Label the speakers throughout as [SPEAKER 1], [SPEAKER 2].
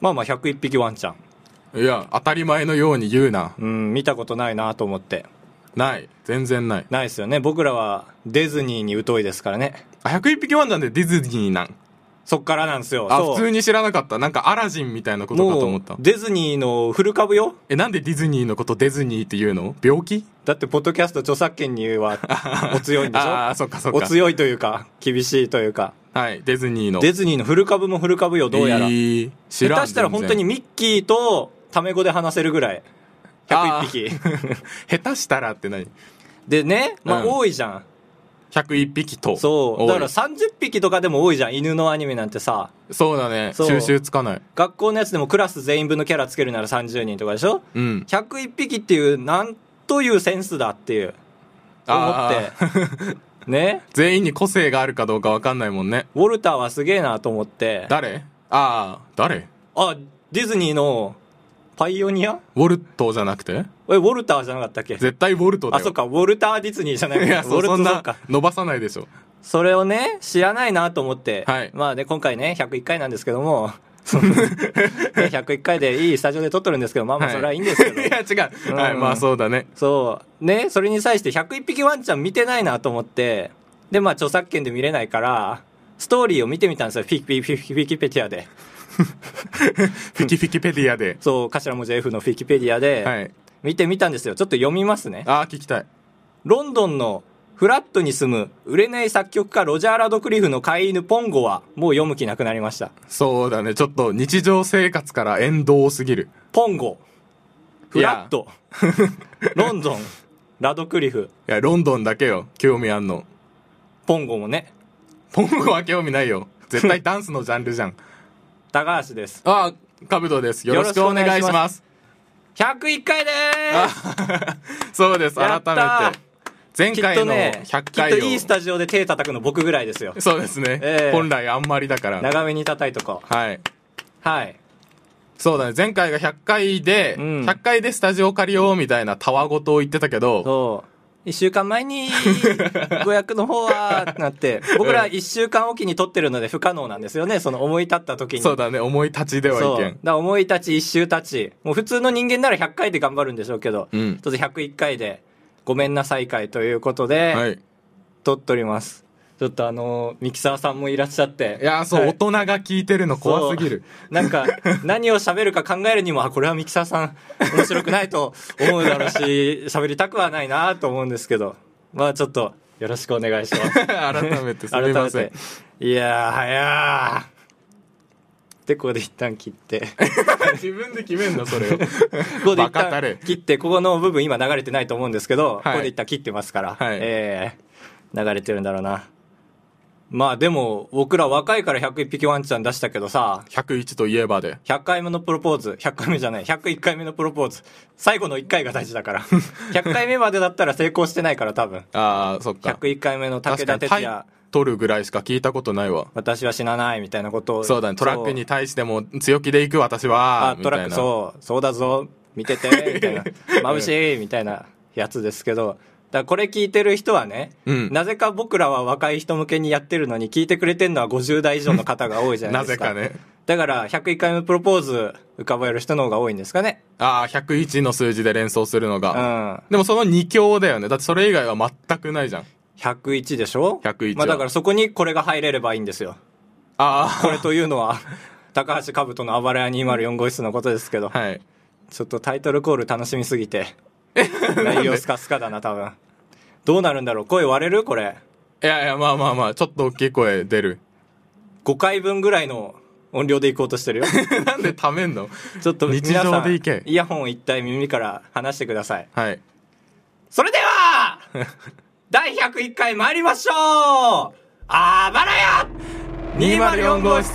[SPEAKER 1] まあまあ101匹ワンちゃん、
[SPEAKER 2] いや当たり前のように言うな
[SPEAKER 1] うん、見たことないなと思って
[SPEAKER 2] ない全然ない
[SPEAKER 1] ないですよね僕らはディズニーに疎いですからね
[SPEAKER 2] あ101匹ワンダーでディズニーなん
[SPEAKER 1] そっからなんですよ
[SPEAKER 2] あ
[SPEAKER 1] そう
[SPEAKER 2] 普通に知らなかったなんかアラジンみたいなことかと思った
[SPEAKER 1] もうディズニーのフル株よ
[SPEAKER 2] えなんでディズニーのことディズニーって言うの病気
[SPEAKER 1] だってポッドキャスト著作権に はお強いんでし
[SPEAKER 2] ああ
[SPEAKER 1] ょ
[SPEAKER 2] そっかそっ
[SPEAKER 1] お
[SPEAKER 2] か
[SPEAKER 1] 強いというか厳しいというか
[SPEAKER 2] はいディズニーの
[SPEAKER 1] ディズニーのフル株もフル株よどうやら、
[SPEAKER 2] えー知らん
[SPEAKER 1] 下手したら本当に
[SPEAKER 2] 全
[SPEAKER 1] ミッキーとタメ語で話せるぐらい101匹
[SPEAKER 2] 然 下手したらって何
[SPEAKER 1] でねまあ
[SPEAKER 2] うん
[SPEAKER 1] 多いじゃん、
[SPEAKER 2] 101匹と
[SPEAKER 1] そう
[SPEAKER 2] 多い
[SPEAKER 1] だから30匹とかでも多いじゃん犬のアニメなんてさ
[SPEAKER 2] そうだね
[SPEAKER 1] そう
[SPEAKER 2] 収集つかない
[SPEAKER 1] 学校のやつでもクラス全員分のキャラつけるなら30人とかでしょ
[SPEAKER 2] うん
[SPEAKER 1] 101匹っていうなんというセンスだっていう思
[SPEAKER 2] あ
[SPEAKER 1] って ね
[SPEAKER 2] 全員に個性があるかどうかわかんないもんね
[SPEAKER 1] ウォルターはすげえなと思って
[SPEAKER 2] 誰ああ誰
[SPEAKER 1] あディズニーのパイオニア
[SPEAKER 2] ウォルトじゃなくて
[SPEAKER 1] えウォルターじゃなかったっけ
[SPEAKER 2] 絶対ウォルトだ
[SPEAKER 1] あ
[SPEAKER 2] よ
[SPEAKER 1] そっかウォルターディズニーじゃない
[SPEAKER 2] いや
[SPEAKER 1] ウォ
[SPEAKER 2] そ
[SPEAKER 1] ル
[SPEAKER 2] そ
[SPEAKER 1] ト
[SPEAKER 2] ん
[SPEAKER 1] そ
[SPEAKER 2] な
[SPEAKER 1] っか
[SPEAKER 2] 伸ばさないでしょ
[SPEAKER 1] それをね知らないなと思って、
[SPEAKER 2] はい
[SPEAKER 1] まあね今回ね101回なんですけどもそ のね101回でいいスタジオで撮ってるんですけどまあまあ
[SPEAKER 2] はい
[SPEAKER 1] それはいいんですけど、
[SPEAKER 2] いや違う、
[SPEAKER 1] うん
[SPEAKER 2] はいまあそうだね
[SPEAKER 1] そうねそれに際して101匹ワンちゃん見てないなと思ってでまあ著作権で見れないからストーリーを見てみたんですよフィキフィキフィキフィキペディアで
[SPEAKER 2] フィキフィキペディアで
[SPEAKER 1] そう頭文字 F のフィキペディアで、
[SPEAKER 2] はい
[SPEAKER 1] 見てみたんですよちょっと読みますね
[SPEAKER 2] ああ聞きたい
[SPEAKER 1] ロンドンのフラットに住む売れない作曲家ロジャー・ラドクリフの飼い犬ポンゴはもう読む気なくなりました
[SPEAKER 2] そうだねちょっと日常生活から遠遠すぎる
[SPEAKER 1] ポンゴフラッ
[SPEAKER 2] い
[SPEAKER 1] ト ロンドンラドクリフ
[SPEAKER 2] やロンドンだけよ興味あんの
[SPEAKER 1] ポンゴもね
[SPEAKER 2] ポンゴは興味ないよ絶対ダンスのジャンルじ ゃん
[SPEAKER 1] 高橋です
[SPEAKER 2] ああカブトですよろしくお願いします
[SPEAKER 1] 101回でーす
[SPEAKER 2] そうです
[SPEAKER 1] やった
[SPEAKER 2] 改
[SPEAKER 1] ー
[SPEAKER 2] めて前
[SPEAKER 1] きっと
[SPEAKER 2] 回の
[SPEAKER 1] ね
[SPEAKER 2] 100
[SPEAKER 1] きっ
[SPEAKER 2] 回
[SPEAKER 1] と
[SPEAKER 2] を、
[SPEAKER 1] いいスタジオで手叩くの僕ぐらいです よ
[SPEAKER 2] そうですね、
[SPEAKER 1] ええ
[SPEAKER 2] 本来あんまりだから
[SPEAKER 1] 長めに叩いとこ
[SPEAKER 2] はいう
[SPEAKER 1] はい
[SPEAKER 2] そうだね前回が100回で、
[SPEAKER 1] うん
[SPEAKER 2] 100回でスタジオ借りようみたいなたわごとを言ってたけど
[SPEAKER 1] そう1週間前 にご予約の方はってなって僕ら1週間おきに撮ってるので不可能なんですよねその思い立った時に
[SPEAKER 2] そうだね思い立ちでは
[SPEAKER 1] そう
[SPEAKER 2] い
[SPEAKER 1] だ
[SPEAKER 2] け
[SPEAKER 1] か
[SPEAKER 2] ん
[SPEAKER 1] ら思い立ち一周立ちもう普通の人間なら100回で頑張るんでしょうけど、
[SPEAKER 2] うん
[SPEAKER 1] ちょっと101回でごめんなさい会ということで、
[SPEAKER 2] はい
[SPEAKER 1] 撮っておりますちょっとあのーミキサーさんもいらっしゃって
[SPEAKER 2] いやーそう、
[SPEAKER 1] は
[SPEAKER 2] 大人が聞いてるの怖すぎる
[SPEAKER 1] そうなんか何を喋るか考えるにもあこれはミキサーさん面白くないと思うだろうし 喋りたくはないなと思うんですけどまあちょっとよろしくお願い します
[SPEAKER 2] 改めてす
[SPEAKER 1] 改
[SPEAKER 2] み
[SPEAKER 1] め
[SPEAKER 2] ま
[SPEAKER 1] て
[SPEAKER 2] せん
[SPEAKER 1] いやー早ーでここで一旦切 って
[SPEAKER 2] 自分で決めんの それを
[SPEAKER 1] ここで一
[SPEAKER 2] バカたれ
[SPEAKER 1] 旦切って、ここの部分今流れてないと思うんですけど、
[SPEAKER 2] い
[SPEAKER 1] ここで一旦切ってますから、
[SPEAKER 2] はい
[SPEAKER 1] えー流れてるんだろうな。まあでも、僕ら若いから101匹ワンちゃん出したけどさ、
[SPEAKER 2] 101といえばで
[SPEAKER 1] 100回目のプロポーズ、100回目じゃない、101回目のプロポーズ、最後の1回が大事だから。100回目 までだったら成功してないから多分。
[SPEAKER 2] ああそっか
[SPEAKER 1] 101回目の武
[SPEAKER 2] 確
[SPEAKER 1] 田
[SPEAKER 2] かに
[SPEAKER 1] 鉄
[SPEAKER 2] タ
[SPEAKER 1] 矢
[SPEAKER 2] イ、トルぐらいしか聞いたことないわ
[SPEAKER 1] 私は死なないみたいなことを。
[SPEAKER 2] そうだねトラックに対しても強気で行く私は
[SPEAKER 1] あトラック
[SPEAKER 2] う
[SPEAKER 1] そうそうだぞ見て てみたいな眩しいみたいなやつですけどだからこれ聞いてる人はね、
[SPEAKER 2] うん
[SPEAKER 1] なぜか僕らは若い人向けにやってるのに聞いてくれてるのは50代以上の方が多いじゃないですか
[SPEAKER 2] なぜかね
[SPEAKER 1] だから101回目プロポーズ浮かばれる人の方が多いんですかね
[SPEAKER 2] ああ101の数字で連想するの
[SPEAKER 1] う
[SPEAKER 2] が、
[SPEAKER 1] ん
[SPEAKER 2] でもその2強だよねだってそれ以外は全くないじゃん
[SPEAKER 1] 101でしょ
[SPEAKER 2] 101
[SPEAKER 1] まあ、だからそこにこれが入れればいいん ですよ
[SPEAKER 2] あ
[SPEAKER 1] これというのは 高橋兜の暴れ屋204号室のことですけど、
[SPEAKER 2] あはい
[SPEAKER 1] ちょっとタイトルコール楽しみすぎて内容スカスカだな多分どうなるんだろう声割れるこれ
[SPEAKER 2] いやいやまあまあまあちょっと大きい声出る
[SPEAKER 1] 5回分ぐらいの音量でいこうと してるよ
[SPEAKER 2] なんでためんの
[SPEAKER 1] ちょっと皆
[SPEAKER 2] 日
[SPEAKER 1] さ
[SPEAKER 2] 常
[SPEAKER 1] ん
[SPEAKER 2] でいけ
[SPEAKER 1] イヤホン一体耳から離してください
[SPEAKER 2] はい
[SPEAKER 1] それで は第101回参りましょうあばらや
[SPEAKER 2] 204号室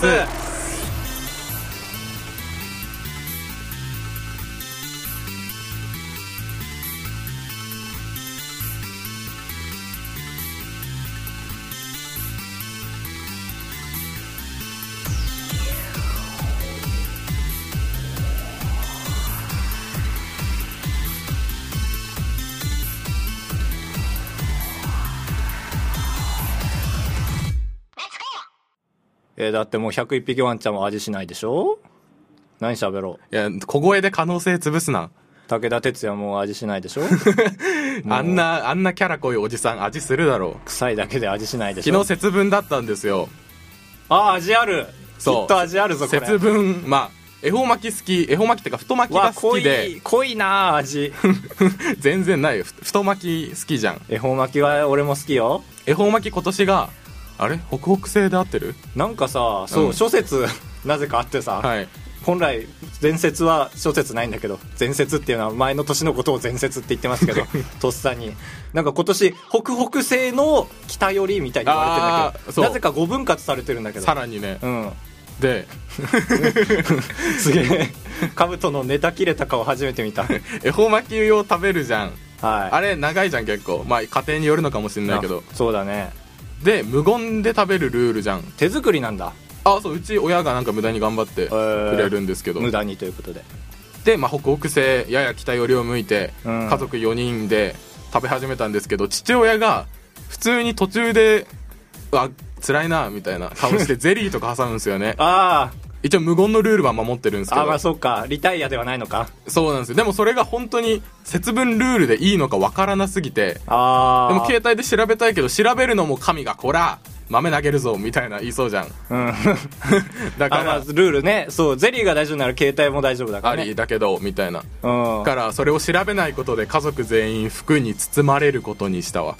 [SPEAKER 1] えーだってもう101匹ワンちゃんは味しないでしょ何喋ろう
[SPEAKER 2] いや、小声で可能性潰すな。
[SPEAKER 1] 武田鉄矢もう味しない でしょ
[SPEAKER 2] あんな、あんなキャラ濃いおじさん味するだろ
[SPEAKER 1] 臭いだけで味しないで
[SPEAKER 2] う。
[SPEAKER 1] しょ
[SPEAKER 2] 昨日節分だったんですよ。
[SPEAKER 1] あ味あるきっ
[SPEAKER 2] そう
[SPEAKER 1] と味あるぞこれ
[SPEAKER 2] 節分、まあ、恵方巻き好き、恵方巻きってか太巻き
[SPEAKER 1] わ
[SPEAKER 2] が好
[SPEAKER 1] 濃
[SPEAKER 2] きで、
[SPEAKER 1] い濃いなあ 味
[SPEAKER 2] 全然ないよ。ふ太巻き好きじゃん。
[SPEAKER 1] 恵方巻きは俺も好きよ
[SPEAKER 2] 恵方巻き今年が、あれ北北西で合ってる
[SPEAKER 1] なんかさそう、
[SPEAKER 2] うん
[SPEAKER 1] 諸説なぜかあってさ、
[SPEAKER 2] はい。
[SPEAKER 1] 本来前説は諸説ないんだけど前説っていうのは前の年のことを前説って言ってます けどとっさになんか今年北北西の北寄りみたいに言われてんだ
[SPEAKER 2] あー
[SPEAKER 1] けど
[SPEAKER 2] そう
[SPEAKER 1] なぜか5分割されてるんだけど
[SPEAKER 2] さらにね。
[SPEAKER 1] うん
[SPEAKER 2] で、
[SPEAKER 1] すげえカブトのネタ切れた顔初めて見 たはい
[SPEAKER 2] 恵方巻きを食べるじゃん。あ
[SPEAKER 1] あれ
[SPEAKER 2] れ長いじゃん結構。まあ家庭によるのかもしれないけど。
[SPEAKER 1] そうだね
[SPEAKER 2] で、無言で食べるルールじゃん。
[SPEAKER 1] 手作りなんだ
[SPEAKER 2] あ、そう、うち親がなんか無駄に頑張って
[SPEAKER 1] ー
[SPEAKER 2] くれるんですけど。
[SPEAKER 1] 無駄にということで
[SPEAKER 2] で、まあ、北北西やや北寄りを向いて、
[SPEAKER 1] うん
[SPEAKER 2] 家族4人で食べ始めたんですけど父親が普通に途中で「あ辛いな」みたいな顔 してゼリーとか挟むんですよね
[SPEAKER 1] あー
[SPEAKER 2] 一応無言のルールは守ってるんですけ
[SPEAKER 1] あーま
[SPEAKER 2] ど
[SPEAKER 1] あそうかリタイアではないのか
[SPEAKER 2] そうなんですよでもそれが本当に節分ルールでいいのかわからなすぎて
[SPEAKER 1] ああ
[SPEAKER 2] でも携帯で調べたいけど調べるのも神が「こら豆投げるぞ」みたいな言いそうじゃん
[SPEAKER 1] うん、あ
[SPEAKER 2] だか
[SPEAKER 1] まあ
[SPEAKER 2] ら
[SPEAKER 1] ルールねそうゼリーが大丈夫なら携帯も大丈夫だか
[SPEAKER 2] あ
[SPEAKER 1] ら、ね、
[SPEAKER 2] りだけどみたいな
[SPEAKER 1] うん
[SPEAKER 2] だからそれを調べないことで家族全員服に包まれることにしたわ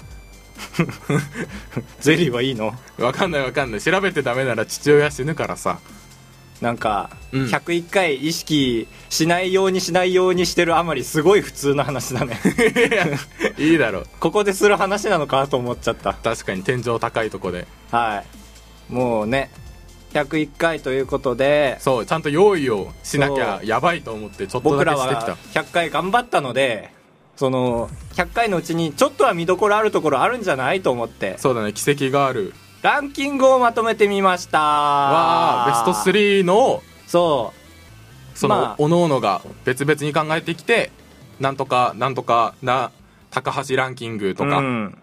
[SPEAKER 1] ゼリーはいいの
[SPEAKER 2] わかんないわかんない調べてダメなら父親死ぬからさ
[SPEAKER 1] なんか、
[SPEAKER 2] うん
[SPEAKER 1] 101回意識しないようにしないようにしてるあまりすごい普通の話 だね
[SPEAKER 2] いいだろう
[SPEAKER 1] ここでする話なのかと思っちゃった
[SPEAKER 2] 確かに天井高いとこで
[SPEAKER 1] はいもうね101回ということで
[SPEAKER 2] そうちゃんと用意をしなきゃ
[SPEAKER 1] そ
[SPEAKER 2] やばいと思ってちょっと
[SPEAKER 1] 僕
[SPEAKER 2] だ
[SPEAKER 1] ら
[SPEAKER 2] けしてき
[SPEAKER 1] は
[SPEAKER 2] た
[SPEAKER 1] 100回頑張ったのでその100回のうちにちょっとは見どころあるところあるんじゃないと思って
[SPEAKER 2] そうだね奇跡がある
[SPEAKER 1] ランキングをまとめてみました
[SPEAKER 2] わあベスト
[SPEAKER 1] 3
[SPEAKER 2] 3のを
[SPEAKER 1] そ
[SPEAKER 2] その、
[SPEAKER 1] まあ
[SPEAKER 2] おのおのが別々に考えてきてなんとかなんとかな高橋ランキング
[SPEAKER 1] う
[SPEAKER 2] とか、
[SPEAKER 1] うん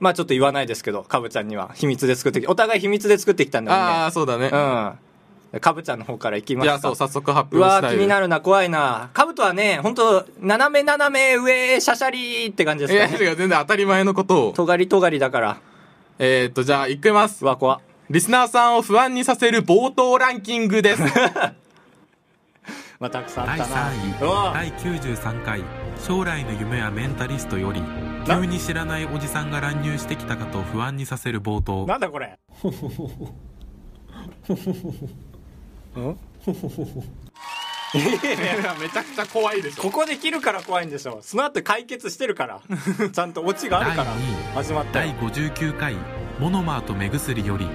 [SPEAKER 1] まあちょっと言わないですけどかぶちゃんには秘密で作ってきお互い秘密で作ってきたんだもんね
[SPEAKER 2] ああそうだね、
[SPEAKER 1] うん。かぶちゃんの方からいきま
[SPEAKER 2] い
[SPEAKER 1] すか。
[SPEAKER 2] やそう早速発
[SPEAKER 1] う
[SPEAKER 2] 表
[SPEAKER 1] わ
[SPEAKER 2] した
[SPEAKER 1] ー
[SPEAKER 2] い
[SPEAKER 1] 気になるな、怖いな。かぶとはね、本当斜め斜め上、シャシャリーって感じです
[SPEAKER 2] いや
[SPEAKER 1] か
[SPEAKER 2] い
[SPEAKER 1] ね。
[SPEAKER 2] や全然当たり前のことを
[SPEAKER 1] 尖り尖りだから。
[SPEAKER 2] えー、っとじゃあいきます
[SPEAKER 1] うわ、怖っ
[SPEAKER 2] リスナーさんを不安にさせる冒頭ランキングです
[SPEAKER 1] まあ、たくさんあっ
[SPEAKER 3] 第
[SPEAKER 1] たな。
[SPEAKER 3] 3
[SPEAKER 1] うわ
[SPEAKER 3] 位第93回「将来の夢はメンタリスト」より
[SPEAKER 1] な
[SPEAKER 3] 急に知らないおじさんが乱入してきたかと不安にさせる冒頭
[SPEAKER 1] なんだこれ。
[SPEAKER 2] いやめちゃくちゃ怖いでしょ
[SPEAKER 1] ここで切るから怖いんでしょ。その後解決してるから。ちゃんとオチがあるから
[SPEAKER 3] 第二。
[SPEAKER 1] 始まった
[SPEAKER 3] 第
[SPEAKER 1] よ。
[SPEAKER 3] 59回「モノマーと目薬」より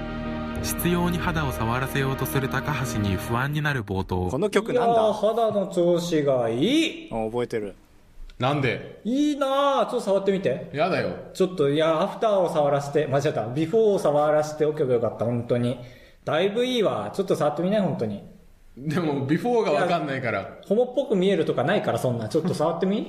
[SPEAKER 3] 執拗に肌を触らせようとする高橋に不安になる
[SPEAKER 1] こ
[SPEAKER 3] 冒頭
[SPEAKER 1] の曲
[SPEAKER 4] いや
[SPEAKER 1] なん
[SPEAKER 4] ー
[SPEAKER 1] だ
[SPEAKER 4] 肌の調子がいい
[SPEAKER 1] あ覚えてる。
[SPEAKER 2] なんで
[SPEAKER 4] いいなーちょっと触ってみて
[SPEAKER 2] やだよ
[SPEAKER 4] ちょっといやーアフターを触らせて間違えたビフォーを触らせておけばよかった本当にだいぶいいわちょっと触ってみない本当に
[SPEAKER 2] でもビフォーがわかんないから
[SPEAKER 4] ホモっぽく見えるとかないからそんなちょっと触ってみ
[SPEAKER 1] い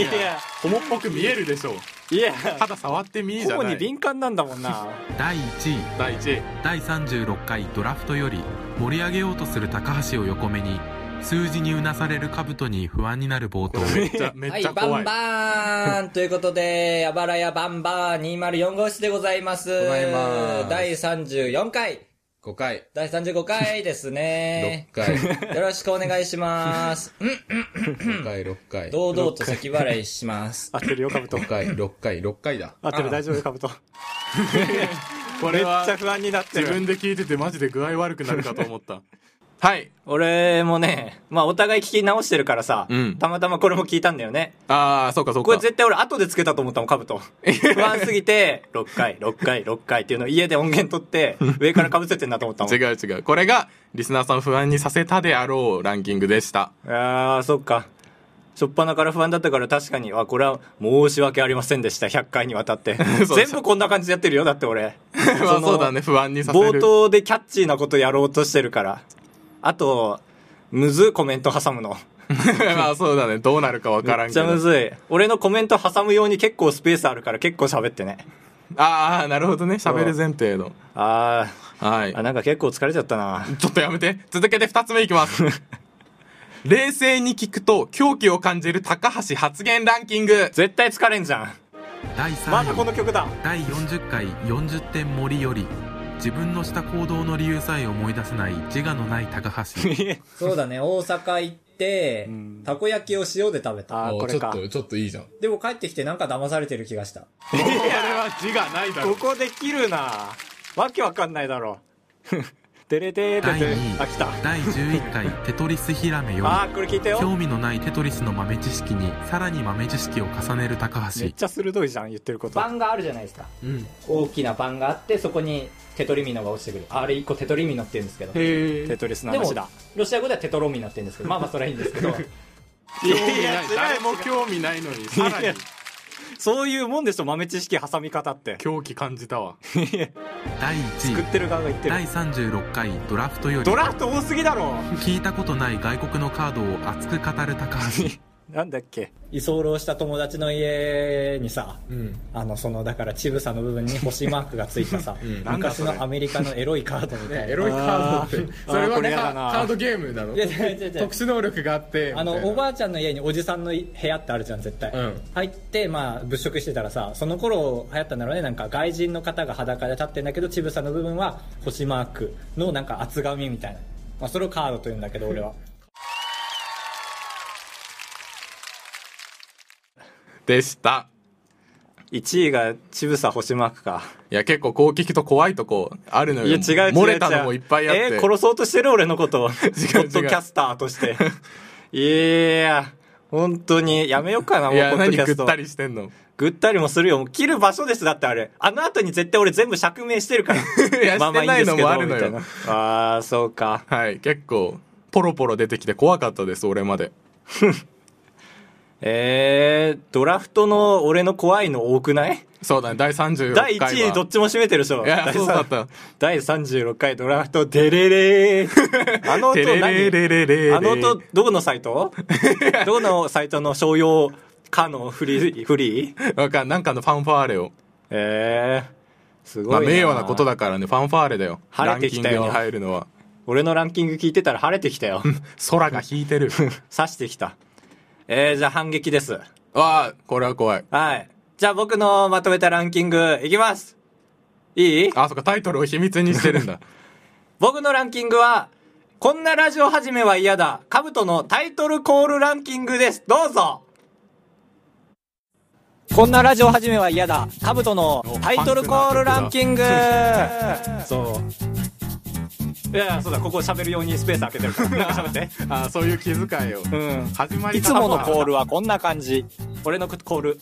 [SPEAKER 1] や、
[SPEAKER 2] ホモっぽく見えるでしょ
[SPEAKER 1] いや、
[SPEAKER 2] 肌触ってみーじ
[SPEAKER 1] ほ
[SPEAKER 2] ゃ
[SPEAKER 1] ぼ
[SPEAKER 2] な
[SPEAKER 1] に
[SPEAKER 2] い
[SPEAKER 1] 敏感なんだもんな。
[SPEAKER 3] 第1位
[SPEAKER 2] 第1位
[SPEAKER 3] 第36回ドラフトより盛り上げようとする高橋を横目に数字にうなされる兜に不安になる冒頭
[SPEAKER 2] めっ ちゃめ
[SPEAKER 5] は
[SPEAKER 2] っ
[SPEAKER 5] い、
[SPEAKER 2] ちゃ
[SPEAKER 5] バ
[SPEAKER 2] 怖い、
[SPEAKER 5] ンバーンということで、やばらやバンバーン204号室でございます。
[SPEAKER 2] ございます
[SPEAKER 5] 第34回、
[SPEAKER 6] 5回、
[SPEAKER 5] 第35回です
[SPEAKER 6] 6。
[SPEAKER 5] ね
[SPEAKER 6] 回、
[SPEAKER 5] よろしくお願いします。 うん
[SPEAKER 6] 5回、6回、
[SPEAKER 5] 堂々と咳払いします。
[SPEAKER 1] 合ってるよ、かぶと
[SPEAKER 6] 5。回、6回、6回だ。
[SPEAKER 1] 合ってる、大丈夫、かぶと。
[SPEAKER 2] こ
[SPEAKER 1] め
[SPEAKER 2] れ
[SPEAKER 1] っち
[SPEAKER 2] は
[SPEAKER 1] ゃ不安になってる。
[SPEAKER 2] 自分で聞いててマジで具合悪くなるかと思った はい
[SPEAKER 1] 俺もね、まあお互い聞き直してるからさ、
[SPEAKER 2] うん
[SPEAKER 1] たまたまこれも聞いたんだよね。
[SPEAKER 2] ああそうかそう
[SPEAKER 1] これ
[SPEAKER 2] か
[SPEAKER 1] 絶対俺後でつけたと思ったもん、カブト。不安すぎて、6回、6回、6回っていうのを家で音源取って、上から被せてんなと思ったもん。
[SPEAKER 2] 違う違うこれがリスナーさんを不安にさせたであろうランキングでした
[SPEAKER 1] あー、そっか。しょっぱなから不安だったから確かに、あ、これは申し訳ありませんでした、100回にわたって。
[SPEAKER 2] そう
[SPEAKER 1] 全部こんな感じでやってるよ、だって俺。
[SPEAKER 2] まあそうだね不安にさせ
[SPEAKER 1] 冒
[SPEAKER 2] る
[SPEAKER 1] 頭でキャッチーなことやろうとしてるから。あと、むずいコメント挟むの。
[SPEAKER 2] まあそうだねどうなるかわから
[SPEAKER 1] めっ
[SPEAKER 2] ん
[SPEAKER 1] ち
[SPEAKER 2] けど
[SPEAKER 1] ゃむずい。俺のコメント挟むように結構スペースあるから結構喋ってね。
[SPEAKER 2] ああなるほどね喋る前提の
[SPEAKER 1] あー
[SPEAKER 2] はい
[SPEAKER 1] あ、なんか結構疲れちゃったな。
[SPEAKER 2] ちょっとやめて続けて2つ目いきます冷静に聞くと狂気を感じる高橋発言ランキング。
[SPEAKER 1] 絶対疲れんじゃん
[SPEAKER 3] 第3位、
[SPEAKER 1] まだこの曲だ
[SPEAKER 3] 第40回40点森より自分のした行動の理由さえ思い出せない自我のない 高橋
[SPEAKER 5] そうだね、大阪行って、たこ焼きを塩で食べた。
[SPEAKER 1] あー
[SPEAKER 6] お
[SPEAKER 1] こ
[SPEAKER 6] ーち
[SPEAKER 1] れ
[SPEAKER 6] ょっ
[SPEAKER 1] か
[SPEAKER 6] と、ちょっといいじゃん。
[SPEAKER 5] でも帰ってきてなんか騙されてる気がした。
[SPEAKER 2] これは字がないだ
[SPEAKER 1] こ。こできるなわけわかんないだろ てれてーて
[SPEAKER 3] 第
[SPEAKER 1] て
[SPEAKER 3] 2位
[SPEAKER 1] あ来た
[SPEAKER 3] 第11回 テトリスヒラメよ
[SPEAKER 1] あーこれ聞いて
[SPEAKER 3] り
[SPEAKER 1] よ
[SPEAKER 3] 興味のないテトリスの豆知識にさらに豆知識を重ねる高
[SPEAKER 1] め
[SPEAKER 3] 橋
[SPEAKER 1] っちゃ鋭いじゃん言ってること
[SPEAKER 5] パンがあるじゃないですか。
[SPEAKER 2] うん。
[SPEAKER 5] 大きなパンがあって、そこにテトリミノが落ちてくる。あれ一個テトリミノって言うんですけど。
[SPEAKER 2] へ
[SPEAKER 1] テトリスの
[SPEAKER 5] でも
[SPEAKER 1] 話だ、
[SPEAKER 5] ロシア語ではテトロミノって言うんですけど、まあまあそれはいいんですけど、
[SPEAKER 1] いや
[SPEAKER 2] 興味ない
[SPEAKER 1] 違う
[SPEAKER 2] 誰も興味ないのに、さら
[SPEAKER 1] いや
[SPEAKER 2] に
[SPEAKER 1] そういうもんでしょ豆知識挟み方って
[SPEAKER 2] 狂気感じたわ。
[SPEAKER 3] 第1
[SPEAKER 1] 作
[SPEAKER 3] 位
[SPEAKER 1] ってる側が言ってる
[SPEAKER 3] 第36回ドラフトより
[SPEAKER 1] ドラフト多すぎだろ
[SPEAKER 3] 聞いたことない外国のカードを熱く語る高橋
[SPEAKER 1] なんだっけ
[SPEAKER 4] 居候した友達の家にさ、
[SPEAKER 6] うん。
[SPEAKER 4] あの、その、だから、ちぶさの部分に星マークがついたさ、
[SPEAKER 6] ん
[SPEAKER 1] なんだ
[SPEAKER 4] 昔
[SPEAKER 1] それ
[SPEAKER 4] のアメリカのエロいカードみたいな。
[SPEAKER 6] エロいカードって。
[SPEAKER 1] あー
[SPEAKER 6] それ
[SPEAKER 1] あー
[SPEAKER 6] は
[SPEAKER 1] これ
[SPEAKER 6] ね、
[SPEAKER 1] や
[SPEAKER 6] カ
[SPEAKER 1] だな
[SPEAKER 6] カードゲームだろ。
[SPEAKER 4] いや違う違う違う
[SPEAKER 6] 特殊能力があって。
[SPEAKER 4] あの
[SPEAKER 6] みたいな
[SPEAKER 4] おばあちゃんの家におじさんの部屋ってあるじゃん絶対、
[SPEAKER 6] うん
[SPEAKER 4] 入ってまあ物色してたらさその頃流行ったんだろうねなんか外人の方が裸で立ってんだけどちぶさの部分は星マークのなんか厚紙みたいな、まあ、それをカードというんだけど 俺は
[SPEAKER 2] でした。
[SPEAKER 1] 1位がちぶさ星マークか
[SPEAKER 2] いや、結構攻撃と怖いとこあるのよ。
[SPEAKER 1] いや違う違う違う
[SPEAKER 2] 漏れたのもいっぱいあって。
[SPEAKER 1] えー殺そうとしてる俺のことをポ
[SPEAKER 2] 違う
[SPEAKER 1] ッドキャスターとしていや本当にやめようかなも
[SPEAKER 2] いう
[SPEAKER 1] ポッ
[SPEAKER 2] や、
[SPEAKER 1] ドキ
[SPEAKER 2] 何
[SPEAKER 1] ャ
[SPEAKER 2] ぐ
[SPEAKER 1] ス
[SPEAKER 2] っ
[SPEAKER 1] ト
[SPEAKER 2] たりしてんの
[SPEAKER 1] ぐったりもするよもう切る場所ですだってあれあの後に絶対俺全部釈明してるから
[SPEAKER 2] い や、してないのもあるの
[SPEAKER 1] みたいな
[SPEAKER 2] よ。
[SPEAKER 1] あーそうか
[SPEAKER 2] はい、結構、ポロポロ出てきて怖かったです、俺まで。
[SPEAKER 1] えー、ドラフトの俺の怖いの多くない
[SPEAKER 2] そうだね、第36
[SPEAKER 1] 第
[SPEAKER 2] 回は。
[SPEAKER 1] 1位どっちも占めてるでしょ
[SPEAKER 2] いや
[SPEAKER 1] 第
[SPEAKER 2] そうだった
[SPEAKER 1] 第36回ドラフトデレレ ーあの音
[SPEAKER 2] テレレレ
[SPEAKER 1] 何
[SPEAKER 2] レレレ
[SPEAKER 1] あの音どこのサイ トどこのサイトの商用かのフリーフリー
[SPEAKER 2] なんか、なんかのファンファーレを。
[SPEAKER 1] えー、すごい
[SPEAKER 2] ま
[SPEAKER 1] な、
[SPEAKER 2] あ、名誉なことだからね、ファンファーレだよ。
[SPEAKER 1] 晴れてきたよ
[SPEAKER 2] ランキングに入るのは。
[SPEAKER 1] 俺のランキング聞いてたら晴れてきたよ
[SPEAKER 2] 空が引 いてる。
[SPEAKER 1] 刺してきたえー、じゃあ反撃です
[SPEAKER 2] わあ、これは怖い。
[SPEAKER 1] はいじゃあ僕のまとめたランキングいきますいい
[SPEAKER 2] あ、そっか、タイトルを秘密にしてるん だ。
[SPEAKER 1] 僕のランキングは、こんなラジオ始めは嫌だ、カブトのタイトルコールランキングです。どうぞ
[SPEAKER 5] こんなラジオ始めは嫌だ、カブトのタイトルコールランキング
[SPEAKER 1] そう。いや、そうだ、ここ喋るようにスペース開けてる から。なんか喋って。
[SPEAKER 2] あそういう気遣いを。
[SPEAKER 1] うん。
[SPEAKER 2] 始まり
[SPEAKER 5] いつものコールはこんな感じ。
[SPEAKER 1] 俺のコール。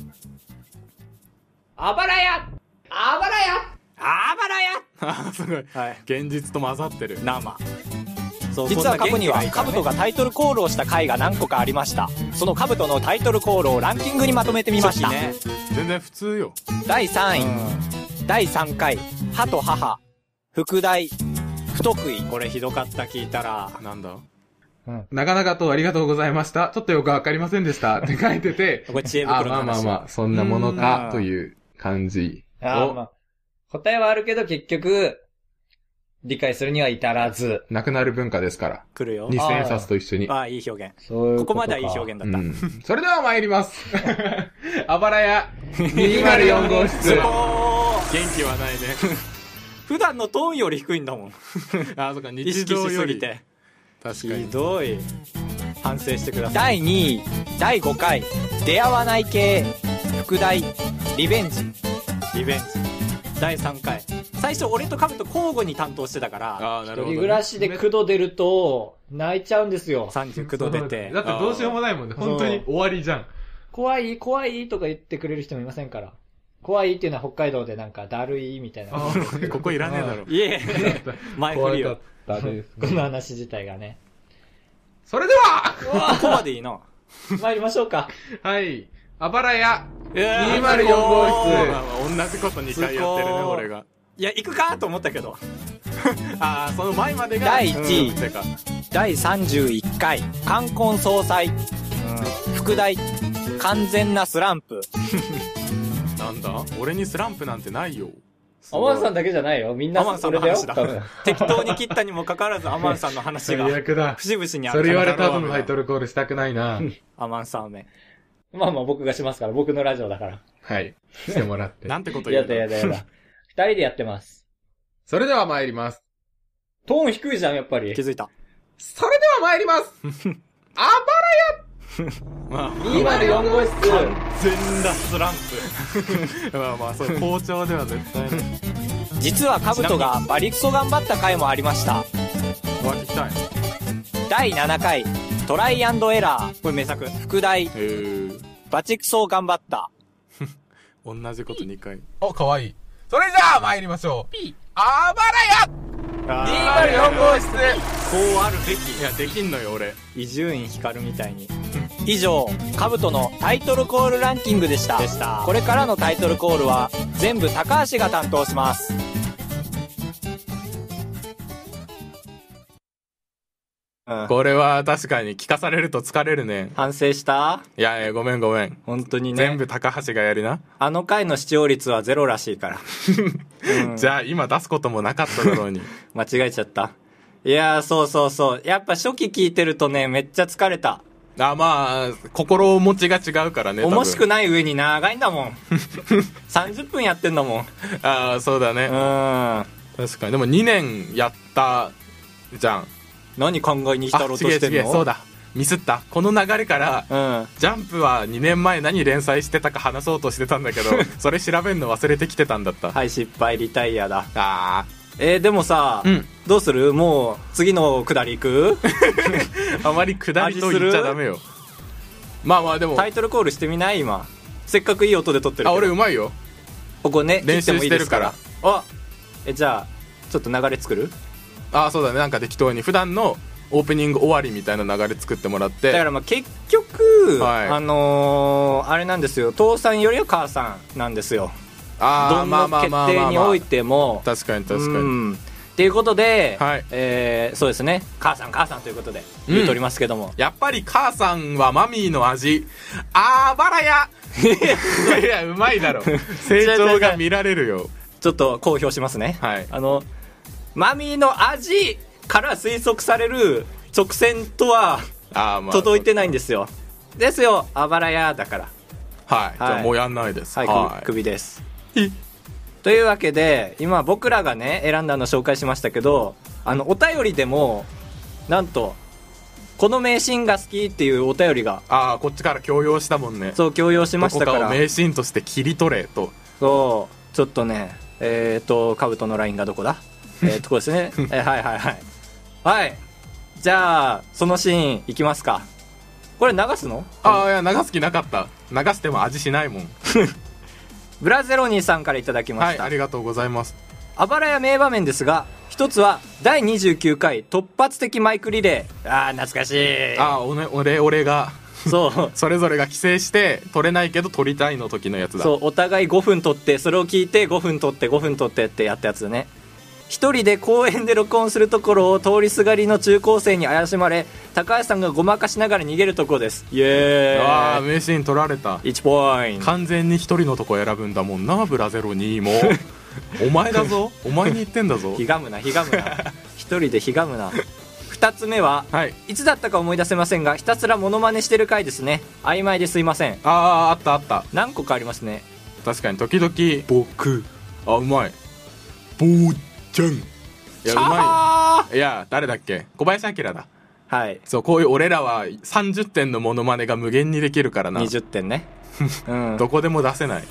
[SPEAKER 5] あばらやあばらや
[SPEAKER 1] あばらや
[SPEAKER 2] あ、すごい。
[SPEAKER 1] はい。
[SPEAKER 2] 現実と混ざってる。
[SPEAKER 1] 生。そう
[SPEAKER 5] 実は過去には、
[SPEAKER 1] カ
[SPEAKER 5] カ
[SPEAKER 1] ブ
[SPEAKER 5] ブ
[SPEAKER 1] ト
[SPEAKER 5] ト
[SPEAKER 1] が。
[SPEAKER 5] がタイトルコールをした回が何個かありました。そのカブトのタイトルコールをランキングにまとめてみました。
[SPEAKER 2] 全然普通よ。
[SPEAKER 5] 第3位、第3回、歯と母、副題、不得意。
[SPEAKER 1] これひどかった聞いたら。。
[SPEAKER 2] なんだ
[SPEAKER 6] 長々とありがとうございました。ちょっとよくわかりませんでした。って書いてて
[SPEAKER 1] これ知恵
[SPEAKER 6] あ、
[SPEAKER 1] 袋
[SPEAKER 6] まあ
[SPEAKER 1] の
[SPEAKER 6] まあ
[SPEAKER 1] 話。
[SPEAKER 6] まあ、そんなものか、という感じを、
[SPEAKER 5] 答えはあるけど結局、理解するには至らず。
[SPEAKER 6] なくなる文化ですから。
[SPEAKER 1] 来るよ。
[SPEAKER 6] 2000円札と一緒に。
[SPEAKER 1] ああ、いい表現。
[SPEAKER 5] そういう
[SPEAKER 1] ここまではいい表現だ
[SPEAKER 6] う
[SPEAKER 1] った。
[SPEAKER 6] ん。それでは参ります。 あばらや204号室。
[SPEAKER 1] おー
[SPEAKER 2] 元気はないね。
[SPEAKER 1] 普段のトーンより低いんだもん。
[SPEAKER 2] あ、そっか、
[SPEAKER 1] 意
[SPEAKER 2] 日
[SPEAKER 1] 識
[SPEAKER 2] 常
[SPEAKER 1] し
[SPEAKER 2] よ
[SPEAKER 1] す
[SPEAKER 2] り
[SPEAKER 1] ぎ。て。
[SPEAKER 2] 確か
[SPEAKER 1] ひ
[SPEAKER 2] に。
[SPEAKER 1] どい。反省してください。
[SPEAKER 5] 第2位、第5回、出会わない系、副題、リベンジ。
[SPEAKER 1] リベンジ。第3回。最初、俺とカブと交互に担当してたから、
[SPEAKER 2] ああ、な
[SPEAKER 5] 一
[SPEAKER 2] るほど
[SPEAKER 5] 人暮
[SPEAKER 2] ね。
[SPEAKER 5] らしで苦度出ると、泣いちゃうんですよ。
[SPEAKER 1] 39度出て
[SPEAKER 6] だ。ってどうしようもないもんね。本当に終わりじゃん。
[SPEAKER 5] 怖い、怖いとか言ってくれる人もいませんから。怖いっていうのは北海道でなんか、だるいみたいな。こ
[SPEAKER 2] ここいらねえだろ。
[SPEAKER 1] いえ、前振りよ。
[SPEAKER 6] たです。
[SPEAKER 5] の話自体がね。
[SPEAKER 6] それでは、
[SPEAKER 1] ここまでいいな。
[SPEAKER 5] 参りましょうか。
[SPEAKER 6] はい。あばらや204号
[SPEAKER 1] 204
[SPEAKER 2] まあ
[SPEAKER 6] 室。
[SPEAKER 2] まあ同じこと2回やってるね、俺が。
[SPEAKER 1] いや、行くかと思ったけど。
[SPEAKER 2] ああ、その前までが。
[SPEAKER 5] 第一位
[SPEAKER 2] うんてか
[SPEAKER 5] 第31回、冠婚葬祭。副題、完全なスランプ。
[SPEAKER 2] なんだ俺にスランプなんてないよ。
[SPEAKER 5] アマンさんだけじゃないよ。みんな
[SPEAKER 1] アマンさんの話だ。適当に切ったにもかかわらず、アマンさんの話
[SPEAKER 6] 最
[SPEAKER 1] が、
[SPEAKER 6] 悪だ。
[SPEAKER 1] 節々にあ
[SPEAKER 6] それ言われた後の
[SPEAKER 1] の
[SPEAKER 6] タイトルコールしたくないな。
[SPEAKER 1] アマンさんめ。
[SPEAKER 5] まあまあ僕がしますから、僕のラジオだから。
[SPEAKER 6] はい。してもらって。
[SPEAKER 2] なんてこと言
[SPEAKER 5] や
[SPEAKER 2] う
[SPEAKER 5] だや
[SPEAKER 2] の
[SPEAKER 5] だやだ。二人でやってます。
[SPEAKER 6] それでは参ります。
[SPEAKER 5] トーン低いじゃん、やっぱり
[SPEAKER 1] 気。づいた。
[SPEAKER 6] それでは参りますあばらや !204 号室
[SPEAKER 1] 全裸スラン
[SPEAKER 2] まあまあ、そう、校長では絶対ない。
[SPEAKER 1] プ。実はカブトがバリクソ頑張った回もありました。
[SPEAKER 2] 終わってきたい。
[SPEAKER 1] 第7回、トライアンドエラー。これ名作。副題、
[SPEAKER 2] えー、
[SPEAKER 1] バチクソ頑張った。
[SPEAKER 2] 同じこと2回。
[SPEAKER 6] お、かわいい。それじゃあ参りましょう。あば
[SPEAKER 1] あ
[SPEAKER 6] らや !204 号室
[SPEAKER 1] こうあるべき。
[SPEAKER 2] いや、できんのよ、俺。
[SPEAKER 1] 伊集院光みたいに。以上、カブトのタイトルコールランキングでした。これからのタイトルコールは、全部高橋が担当します。うん、
[SPEAKER 2] これは確かに聞かされると疲れるね。
[SPEAKER 1] 反省した
[SPEAKER 2] いやいや、ごめんごめん。
[SPEAKER 1] 本当にね。
[SPEAKER 2] 全部高橋がやりな。
[SPEAKER 1] あの回の視聴率はゼロらしいから。うん
[SPEAKER 2] じゃあ今出すこともなかっただろうに。
[SPEAKER 1] 間違えちゃった。いやー、そうそうそう。やっぱ初期聞いてるとね、めっちゃ疲れた。
[SPEAKER 2] あ、まあ、心持ちが違うからね。多分
[SPEAKER 1] 面しくない上に長いんだもん。30分やってんだもん。
[SPEAKER 2] ああ、そうだね
[SPEAKER 1] う。ーん。
[SPEAKER 2] 確かに。でも2年やったじゃん。
[SPEAKER 1] 何考えに浸ろ
[SPEAKER 2] あ、
[SPEAKER 1] う
[SPEAKER 2] ち
[SPEAKER 1] と
[SPEAKER 2] げ
[SPEAKER 1] し
[SPEAKER 2] え
[SPEAKER 1] て
[SPEAKER 2] ち
[SPEAKER 1] ん
[SPEAKER 2] げえ、
[SPEAKER 1] の
[SPEAKER 2] そうだ。ミスった。この流れから、
[SPEAKER 1] うん。
[SPEAKER 2] ジャンプは2年前何連載してたか話そうとしてたん だけど、それ調べるの忘れてきてたんだった。
[SPEAKER 1] はい、失敗、リタイアだ。
[SPEAKER 2] あ
[SPEAKER 1] えー、でもさ、
[SPEAKER 2] うん
[SPEAKER 1] どうするもう、次の下り 行く
[SPEAKER 2] あ、あまり下りと言っちゃダメよ。まあまあでも、
[SPEAKER 1] タイトルコールしてみない今。せっかくいい音で撮ってるけど。
[SPEAKER 2] あ、俺うまいよ。
[SPEAKER 1] ここね、切
[SPEAKER 2] 練
[SPEAKER 1] って
[SPEAKER 2] 習
[SPEAKER 1] もい
[SPEAKER 2] し
[SPEAKER 1] い
[SPEAKER 2] て
[SPEAKER 1] で
[SPEAKER 2] る
[SPEAKER 1] す
[SPEAKER 2] か
[SPEAKER 1] からら。あえ、じゃあ、ちょっと流れ作る
[SPEAKER 2] あそうだねなんか適当に普段のオープニング終わりみたいな流れ作ってもらって
[SPEAKER 1] だからまあ結局、
[SPEAKER 2] はい
[SPEAKER 1] あのーあれなんですよ父さんよりは母さんなんですよ
[SPEAKER 2] あ
[SPEAKER 1] ど
[SPEAKER 2] あ
[SPEAKER 1] ん
[SPEAKER 2] ま
[SPEAKER 1] な
[SPEAKER 2] あまあ
[SPEAKER 1] 決
[SPEAKER 2] まあま
[SPEAKER 1] 定
[SPEAKER 2] あ
[SPEAKER 1] に
[SPEAKER 2] ま
[SPEAKER 1] お
[SPEAKER 2] あ
[SPEAKER 1] いても
[SPEAKER 2] 確かに確か
[SPEAKER 1] う
[SPEAKER 2] に
[SPEAKER 1] んっていうことで、
[SPEAKER 2] はい
[SPEAKER 1] えーそうですね母さん母さんということで
[SPEAKER 2] うん
[SPEAKER 1] 言うとおりますけども、
[SPEAKER 2] やっぱり母さんはマミーの味あばら やいやうまいだろ成長が見られるよ
[SPEAKER 1] ちょっと公表しますね、
[SPEAKER 2] はい
[SPEAKER 1] あのマミーの味から推測される直線とは
[SPEAKER 2] あーまあ
[SPEAKER 1] 届いてないんですよですよあばらやだから
[SPEAKER 2] はいじゃ
[SPEAKER 1] は
[SPEAKER 2] あ
[SPEAKER 1] い
[SPEAKER 2] もうやんないです
[SPEAKER 1] はい、
[SPEAKER 2] は
[SPEAKER 1] 首首
[SPEAKER 2] い
[SPEAKER 1] です。というわけで今僕らがね選んだの紹介しましたけどあのお便りでもなんとこの名シーンが好きっていうお便りが
[SPEAKER 2] ああこっちから強要したもんね
[SPEAKER 1] そう強要し
[SPEAKER 2] ど
[SPEAKER 1] まし
[SPEAKER 2] こ
[SPEAKER 1] たか
[SPEAKER 2] からを名シーンとして切り取れと
[SPEAKER 1] そうちょっとねえっ、ー、と兜のラインがどこ だえっとこうですね、えーはいはいはいはいじゃあそのシーンいきますかこれ流すの
[SPEAKER 2] ああいや流す気なかった流しても味しないもん
[SPEAKER 1] ブラゼロニーさんからいただきま
[SPEAKER 2] は
[SPEAKER 1] し
[SPEAKER 2] い
[SPEAKER 1] た、
[SPEAKER 2] ありがとうございます
[SPEAKER 1] あばらや名場面ですが、一つは第29回突発的マイクリレー。ああ、懐かしい。
[SPEAKER 2] ああ俺俺俺が
[SPEAKER 1] そう。
[SPEAKER 2] それぞれが帰省して取れないけど取りたいの時のやつだ
[SPEAKER 1] そう、お互い5分撮って、それを聞いて5分撮って、5分撮ってってやったやつね。一人で公園で録音するところを通りすがりの中高生に怪しまれ、高橋さんがごまかしながら逃げるとこです。イエ
[SPEAKER 2] ああ
[SPEAKER 1] ー
[SPEAKER 2] 名シーン取られた
[SPEAKER 1] イ。1ポイント。
[SPEAKER 2] 完全に一人のとこ選ぶんだもんなブラゼロに もお前だぞお前に言ってんだ ぞ
[SPEAKER 1] ひがむな、ひがむ な。一人でひがむな。二つ目は、
[SPEAKER 2] はい
[SPEAKER 1] いつだったか思い出せませんが、ひたすらモノマネしてる回ですね。曖昧ですいません。
[SPEAKER 2] あああったあった
[SPEAKER 1] 何個かありますね
[SPEAKER 2] 確かに時々僕あうまいぼうちゃんいやうま
[SPEAKER 1] あ
[SPEAKER 2] いいや誰だっけ小林明だ
[SPEAKER 1] ーはい
[SPEAKER 2] そうこういう俺らは30点のモノマネが無限にできるからな
[SPEAKER 1] 20点 ね、うん、
[SPEAKER 2] どこでも出せない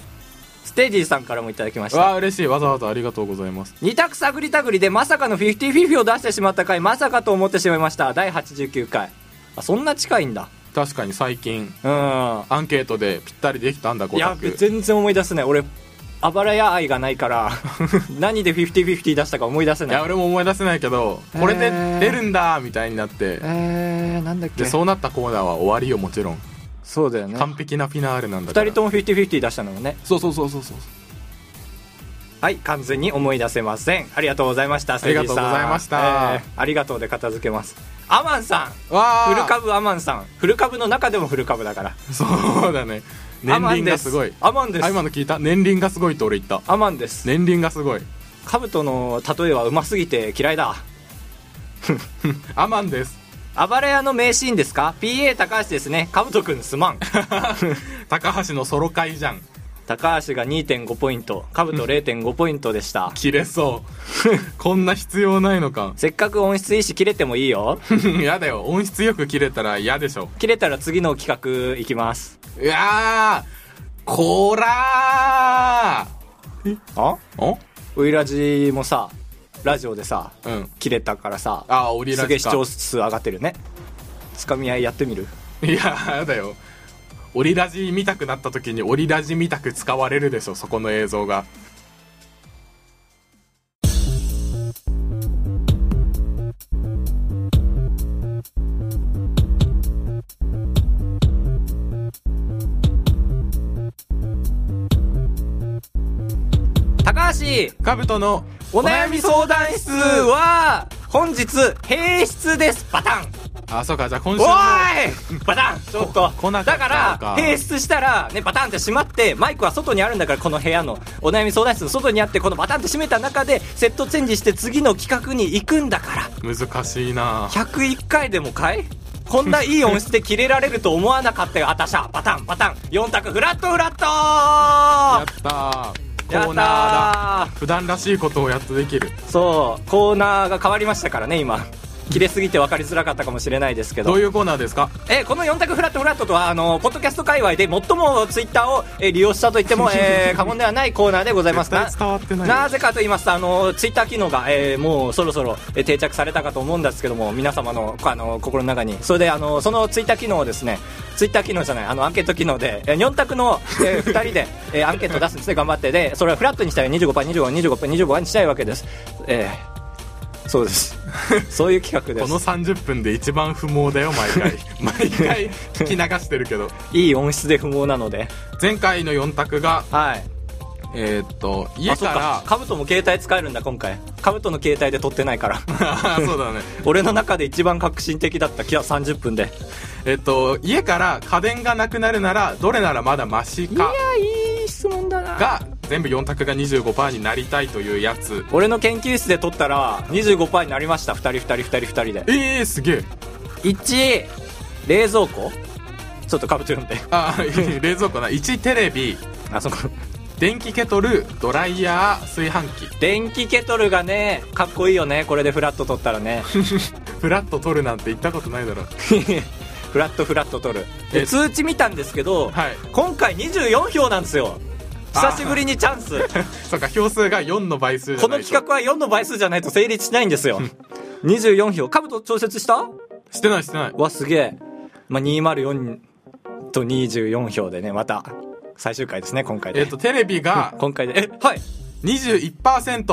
[SPEAKER 1] ステージーさんからもいただきまし
[SPEAKER 2] わあ
[SPEAKER 1] た
[SPEAKER 2] 嬉しいわざわざありがとうございます
[SPEAKER 1] 二択探り探りでまさかのフィフティフィフィを出してしまった回まさかと思ってしまいました第89回あそんな近いんだ
[SPEAKER 2] 確かに最近
[SPEAKER 1] うん
[SPEAKER 2] アンケートでぴったりできたんだ
[SPEAKER 1] い
[SPEAKER 2] 5
[SPEAKER 1] や
[SPEAKER 2] 択
[SPEAKER 1] 全然思い出せない俺あばらや愛がないから 何でフィフティフィフティ出したか思い出せ
[SPEAKER 2] い
[SPEAKER 1] ない
[SPEAKER 2] や俺も思い出せないけどこれで出るんだみたいになって、
[SPEAKER 1] えー、なんだっけ
[SPEAKER 2] で
[SPEAKER 1] そ
[SPEAKER 2] そうなったコーナーは終わりよもちろん
[SPEAKER 1] うだよね
[SPEAKER 2] 完璧なフィナーレなんだか
[SPEAKER 1] 二
[SPEAKER 2] ら
[SPEAKER 1] 人ともフィフティフィフティ出したのもね
[SPEAKER 2] そうそうそうそうそう
[SPEAKER 1] はい、完全に思い出せません。ありがとうございました。
[SPEAKER 2] ありがとうございました
[SPEAKER 1] セリさんえーありがとうで片付けます。アマンさん、
[SPEAKER 2] わあ
[SPEAKER 1] フル株アマンさん、フル株の中でもフル株だから。
[SPEAKER 2] そうだね
[SPEAKER 1] ア
[SPEAKER 2] 年
[SPEAKER 1] マ
[SPEAKER 2] 輪
[SPEAKER 1] ンで
[SPEAKER 2] が
[SPEAKER 1] す
[SPEAKER 2] すごい
[SPEAKER 1] アマンです
[SPEAKER 2] あ今の聞いた年輪がすごいと俺言った
[SPEAKER 1] アマンです
[SPEAKER 2] 年輪がすごい
[SPEAKER 1] カブトの例えはうますぎて嫌いだ
[SPEAKER 2] アマンです
[SPEAKER 1] 暴れ屋の名シーンですか PA 高橋ですねカブトくんすま ん
[SPEAKER 2] 高橋のソロ会じゃん
[SPEAKER 1] 高橋が2.5ポイントカブト0.5ポイントでした
[SPEAKER 2] 切れそう こんな必要ないのか
[SPEAKER 1] せっかく音質いいし切れてもいいよ
[SPEAKER 2] やだよ音質よく切れたら嫌でしょ
[SPEAKER 1] 切れたら次の企画いきます
[SPEAKER 2] いやーこら
[SPEAKER 1] あ
[SPEAKER 2] ーお
[SPEAKER 1] ウイラジもさラジオでさ
[SPEAKER 2] うん
[SPEAKER 1] 切れたからさ
[SPEAKER 2] あーオリラ
[SPEAKER 1] すげ
[SPEAKER 2] ジか
[SPEAKER 1] え視聴数上がってるねつかみ合いやってみる
[SPEAKER 2] いやーやだよオリラジ見たくなった時にオリラジ見たく使われるでしょそこの映像が
[SPEAKER 1] 高橋
[SPEAKER 2] カブトの
[SPEAKER 1] お悩み相談室は本日閉室ですバタン
[SPEAKER 2] あそうかじゃあ今週
[SPEAKER 1] お
[SPEAKER 2] も
[SPEAKER 1] ーいバタンちょっと
[SPEAKER 2] 来な
[SPEAKER 1] だ
[SPEAKER 2] かったのか
[SPEAKER 1] から提出したらねバタンって閉まってマイクは外にあるんだからこの部屋のお悩み相談室の外にあってこのバタンって閉めた中でセットチェンジして次の企画に行くんだから
[SPEAKER 2] 難しいな
[SPEAKER 1] 101回でもかいこんないい音質で切れられると思わなかったよあたしゃバタンバタン4択フラットフラット
[SPEAKER 2] やったーコーナーだ
[SPEAKER 1] やったー
[SPEAKER 2] 普段らしいことをやっとできる
[SPEAKER 1] そうコーナーが変わりましたからね今切れすぎて分かりづらかったかもしれないですけ
[SPEAKER 2] ど
[SPEAKER 1] ど
[SPEAKER 2] ういうコーナーですか
[SPEAKER 1] えーこの4択フラットフラットとはあのーポッドキャスト界隈で最もツイッターを、えー利用したと言 っても、えー過言ではないコーナーでございます
[SPEAKER 2] 絶対伝わってないよ
[SPEAKER 1] なぜかと言いますとあのツイッター機能が、えーもうそろそろ、えー定着されたかと思うんですけども皆様のあの心の中にそれであのそのツイッター機能をですねツイッター機能じゃないあのアンケート機能で、えー、4択の、え2人で、 えーアンケートを出すんですね頑張ってでそれをフラットにしたい 25%25%25% にしたいわけです、えーそうです そういう企画で
[SPEAKER 2] こ
[SPEAKER 1] す
[SPEAKER 2] の30分で一番不毛だよ毎 回毎回聞き流してるけど
[SPEAKER 1] いい音質で不毛なので
[SPEAKER 2] 前回の4択が
[SPEAKER 1] はい
[SPEAKER 2] えーっと
[SPEAKER 1] あ
[SPEAKER 2] 家
[SPEAKER 1] そっ
[SPEAKER 2] か
[SPEAKER 1] カブトも携帯使えるんだ今回カブトの携帯で撮ってないから
[SPEAKER 2] らそうだね
[SPEAKER 1] 俺の中で一番革新的だった気は30分で
[SPEAKER 2] えーっと家から家電がなくなるならどれならまだマシか
[SPEAKER 1] いい質問だな
[SPEAKER 2] が全部4択が25%になりたいというやつ
[SPEAKER 1] 俺の研究室で撮ったら25%になりました2人2人2人2人で
[SPEAKER 2] えー、すげえ
[SPEAKER 1] 1冷蔵庫ちょっとカブト読んで
[SPEAKER 2] あ 冷蔵庫な1テレビ
[SPEAKER 1] あそこ
[SPEAKER 2] 電気ケトルドライヤー炊飯器
[SPEAKER 1] 電気ケトルがねかっこいいよねこれでフラット撮ったらね
[SPEAKER 2] フラット取るなんて言ったことないだろ
[SPEAKER 1] フラットフラット撮るで
[SPEAKER 2] え
[SPEAKER 1] 通知見たんですけど、
[SPEAKER 2] はい
[SPEAKER 1] 今回24票なんですよ久しぶりにチャン ス
[SPEAKER 2] そうか票数が4の倍数じゃ
[SPEAKER 1] こ
[SPEAKER 2] な
[SPEAKER 1] の
[SPEAKER 2] いと
[SPEAKER 1] 企画は4の倍数じゃないと成立しないんですよ。24票。株と調節した
[SPEAKER 2] してないしてない
[SPEAKER 1] わ、すげえ。まあ、204と24票でね、また、最終回ですね、今回で。
[SPEAKER 2] えっ、とテレビが
[SPEAKER 1] 今回で。え、はい。
[SPEAKER 2] 21%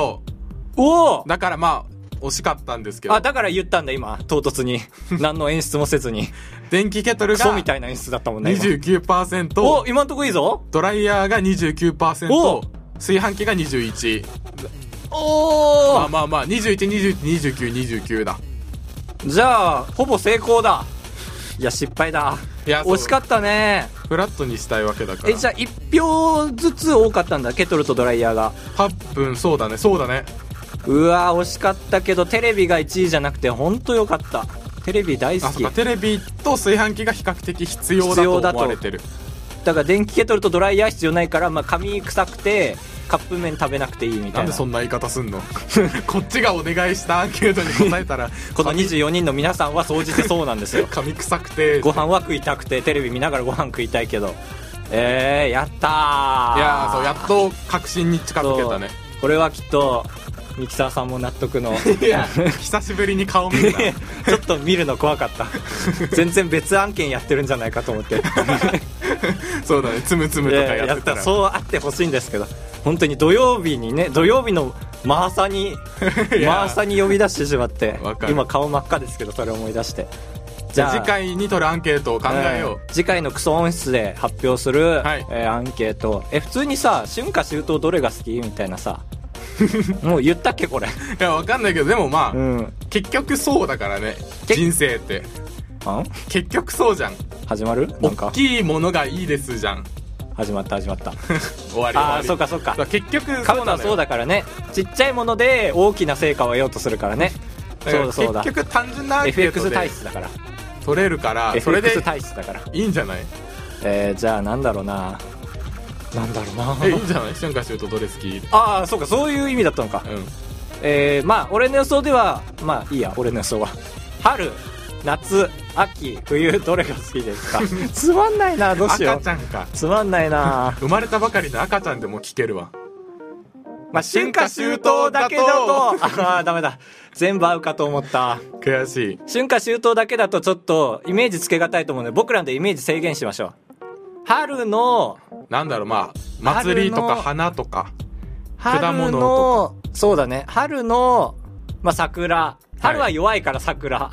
[SPEAKER 1] おお
[SPEAKER 2] だからまあ惜しかったんですけど
[SPEAKER 1] あ、だから言ったんだ、今。唐突に。 何の演出もせずに。
[SPEAKER 2] 電気ケトル
[SPEAKER 1] クソみ
[SPEAKER 2] が
[SPEAKER 1] たいな演出だったもんね。今お
[SPEAKER 2] 29%
[SPEAKER 1] 今んとこいいぞ。
[SPEAKER 2] ドライヤーが
[SPEAKER 1] お
[SPEAKER 2] 29%炊飯器が21
[SPEAKER 1] おお、
[SPEAKER 2] まあまあまあ21212929だ
[SPEAKER 1] じゃあ、ほぼ成功だ。いや、失敗だ。
[SPEAKER 2] いやそう
[SPEAKER 1] 惜しかったね。
[SPEAKER 2] フラットにしたいわけだから
[SPEAKER 1] え、じゃあ、1票ずつ多かったんだ、ケトルとドライヤーが。
[SPEAKER 2] 8分そうだねそうだね
[SPEAKER 1] うわ惜しかったけどテレビが1位じゃなくて本当よかったテレビ大好
[SPEAKER 2] あそ
[SPEAKER 1] き
[SPEAKER 2] うかテレビと炊飯器が比較的必要
[SPEAKER 1] 必要だ
[SPEAKER 2] だ
[SPEAKER 1] と
[SPEAKER 2] と思われてる
[SPEAKER 1] だから電気ケトルとドライヤー必要ないから、まあ、髪臭くてカップ麺食べなくていいみた
[SPEAKER 2] ない
[SPEAKER 1] なん
[SPEAKER 2] でそんな言い方すんの こっちがお願いしたアンケートに答えたら
[SPEAKER 1] この24人の皆さんは総じてそうなん ですよ
[SPEAKER 2] 髪臭くて
[SPEAKER 1] ご飯は食いたくてテレビ見ながらご飯食いたいけどえー、やったー
[SPEAKER 2] いやーそうやっと確信に近づけたね
[SPEAKER 1] そうこれはきっとミキサーさんも納得 の
[SPEAKER 2] いや久しぶりに顔見るな
[SPEAKER 1] ちょっと見るの怖かった全然別案件やってるんじゃないかと思って
[SPEAKER 2] そうだねつむつむとか
[SPEAKER 1] いや
[SPEAKER 2] や
[SPEAKER 1] や
[SPEAKER 2] っ
[SPEAKER 1] って
[SPEAKER 2] た
[SPEAKER 1] た
[SPEAKER 2] ら
[SPEAKER 1] そうあってほしいんですけど本当に土曜日にね土曜日のマーサに
[SPEAKER 2] いや
[SPEAKER 1] マーサに呼び出してしまって
[SPEAKER 2] わかる
[SPEAKER 1] 今顔真っ赤ですけどそれ思い出してじ
[SPEAKER 2] じゃあ次回に取るアンケートを考えよ
[SPEAKER 1] ん次回のクソ音質で発表する、
[SPEAKER 2] はい
[SPEAKER 1] えーアンケートえ普通にさ春夏秋冬どれが好きみたいなさ もう言ったっけこれ
[SPEAKER 2] う、いやわかんないけどでもまあ、
[SPEAKER 1] うん
[SPEAKER 2] 結局そうだからね
[SPEAKER 1] け
[SPEAKER 2] 人生って
[SPEAKER 1] あん
[SPEAKER 2] 結局そうじゃん
[SPEAKER 1] 始まるなん
[SPEAKER 2] 大
[SPEAKER 1] か
[SPEAKER 2] きいものがいいですじゃん
[SPEAKER 1] 始まった始まった
[SPEAKER 2] 終わり終わ
[SPEAKER 1] ああ
[SPEAKER 2] り
[SPEAKER 1] そうかそうか
[SPEAKER 2] だら結局
[SPEAKER 1] カブトは
[SPEAKER 2] そ
[SPEAKER 1] そうう
[SPEAKER 2] だ
[SPEAKER 1] だからねちっちゃいもので大きな成果を得ようとするからね
[SPEAKER 2] だ
[SPEAKER 1] そ
[SPEAKER 2] よ
[SPEAKER 1] うだそうだ
[SPEAKER 2] 結局単純なアンケート
[SPEAKER 1] FX 体
[SPEAKER 2] で
[SPEAKER 1] 質だから
[SPEAKER 2] 取れるからそれで
[SPEAKER 1] FX 体質だから
[SPEAKER 2] いいんじゃない
[SPEAKER 1] えー、じゃあなんだろうななんだろうな
[SPEAKER 2] えいいんじゃない春夏秋冬どれ好き
[SPEAKER 1] ああそうかそういう意味だったのか
[SPEAKER 2] うん
[SPEAKER 1] えー、まあ俺の予想ではまあいいや俺の予想は春夏秋冬どれが好きです かつまんないなどうしよ
[SPEAKER 2] 赤
[SPEAKER 1] う
[SPEAKER 2] ちゃんか
[SPEAKER 1] つまんないな
[SPEAKER 2] 生まれたばかりの赤ちゃんでも聞けるわ
[SPEAKER 1] まあ春夏秋冬だけだとああダメだ全部合うかと思った
[SPEAKER 2] 悔しい
[SPEAKER 1] 春夏秋冬だけだとちょっとイメージつけがたいと思うので僕らでイメージ制限しましょう春の
[SPEAKER 2] なんだろうまあ祭りと
[SPEAKER 1] 春
[SPEAKER 2] か
[SPEAKER 1] の
[SPEAKER 2] 花とか果
[SPEAKER 1] 春
[SPEAKER 2] 物
[SPEAKER 1] のそうだね春の、まあ、桜春は弱いから桜、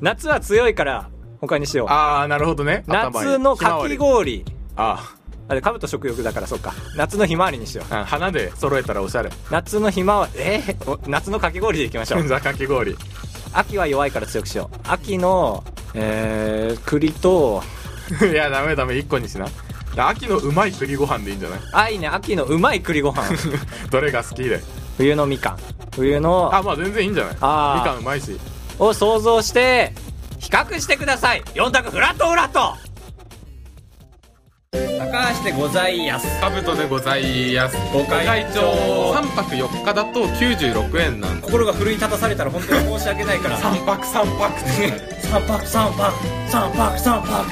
[SPEAKER 1] 夏は強いから他にしよう
[SPEAKER 2] ああなるほどね頭いい
[SPEAKER 1] 夏の
[SPEAKER 2] ひまわ
[SPEAKER 1] か
[SPEAKER 2] り
[SPEAKER 1] き氷
[SPEAKER 2] あ
[SPEAKER 1] あれかぶと食欲だからそっか夏のひまわりにしよう
[SPEAKER 2] あうん花で揃えたらおしゃれじ
[SPEAKER 1] 夏のひまわりえーお夏のかき氷でいきましょう
[SPEAKER 2] ゃあかき氷
[SPEAKER 1] 秋は弱いから強くしよう秋のえー、栗と
[SPEAKER 2] いやダメダメ一個にしな秋のうまい栗ご飯でいいんじゃない
[SPEAKER 1] あいいね秋のうまい栗ご飯
[SPEAKER 2] どれが好きで
[SPEAKER 1] 冬のみかん冬の
[SPEAKER 2] あまあ全然いいんじゃないみ
[SPEAKER 1] あー
[SPEAKER 2] かんうまいし
[SPEAKER 1] を想像して比較してください4択フラットフラット
[SPEAKER 4] 高橋でございやす
[SPEAKER 3] カブトでございやす
[SPEAKER 4] ご会長
[SPEAKER 3] 3泊4日だと96円なんで
[SPEAKER 4] 心が奮い立たされたら本当に申し訳ないから
[SPEAKER 3] 3泊3泊って
[SPEAKER 4] 三泊三泊三泊三泊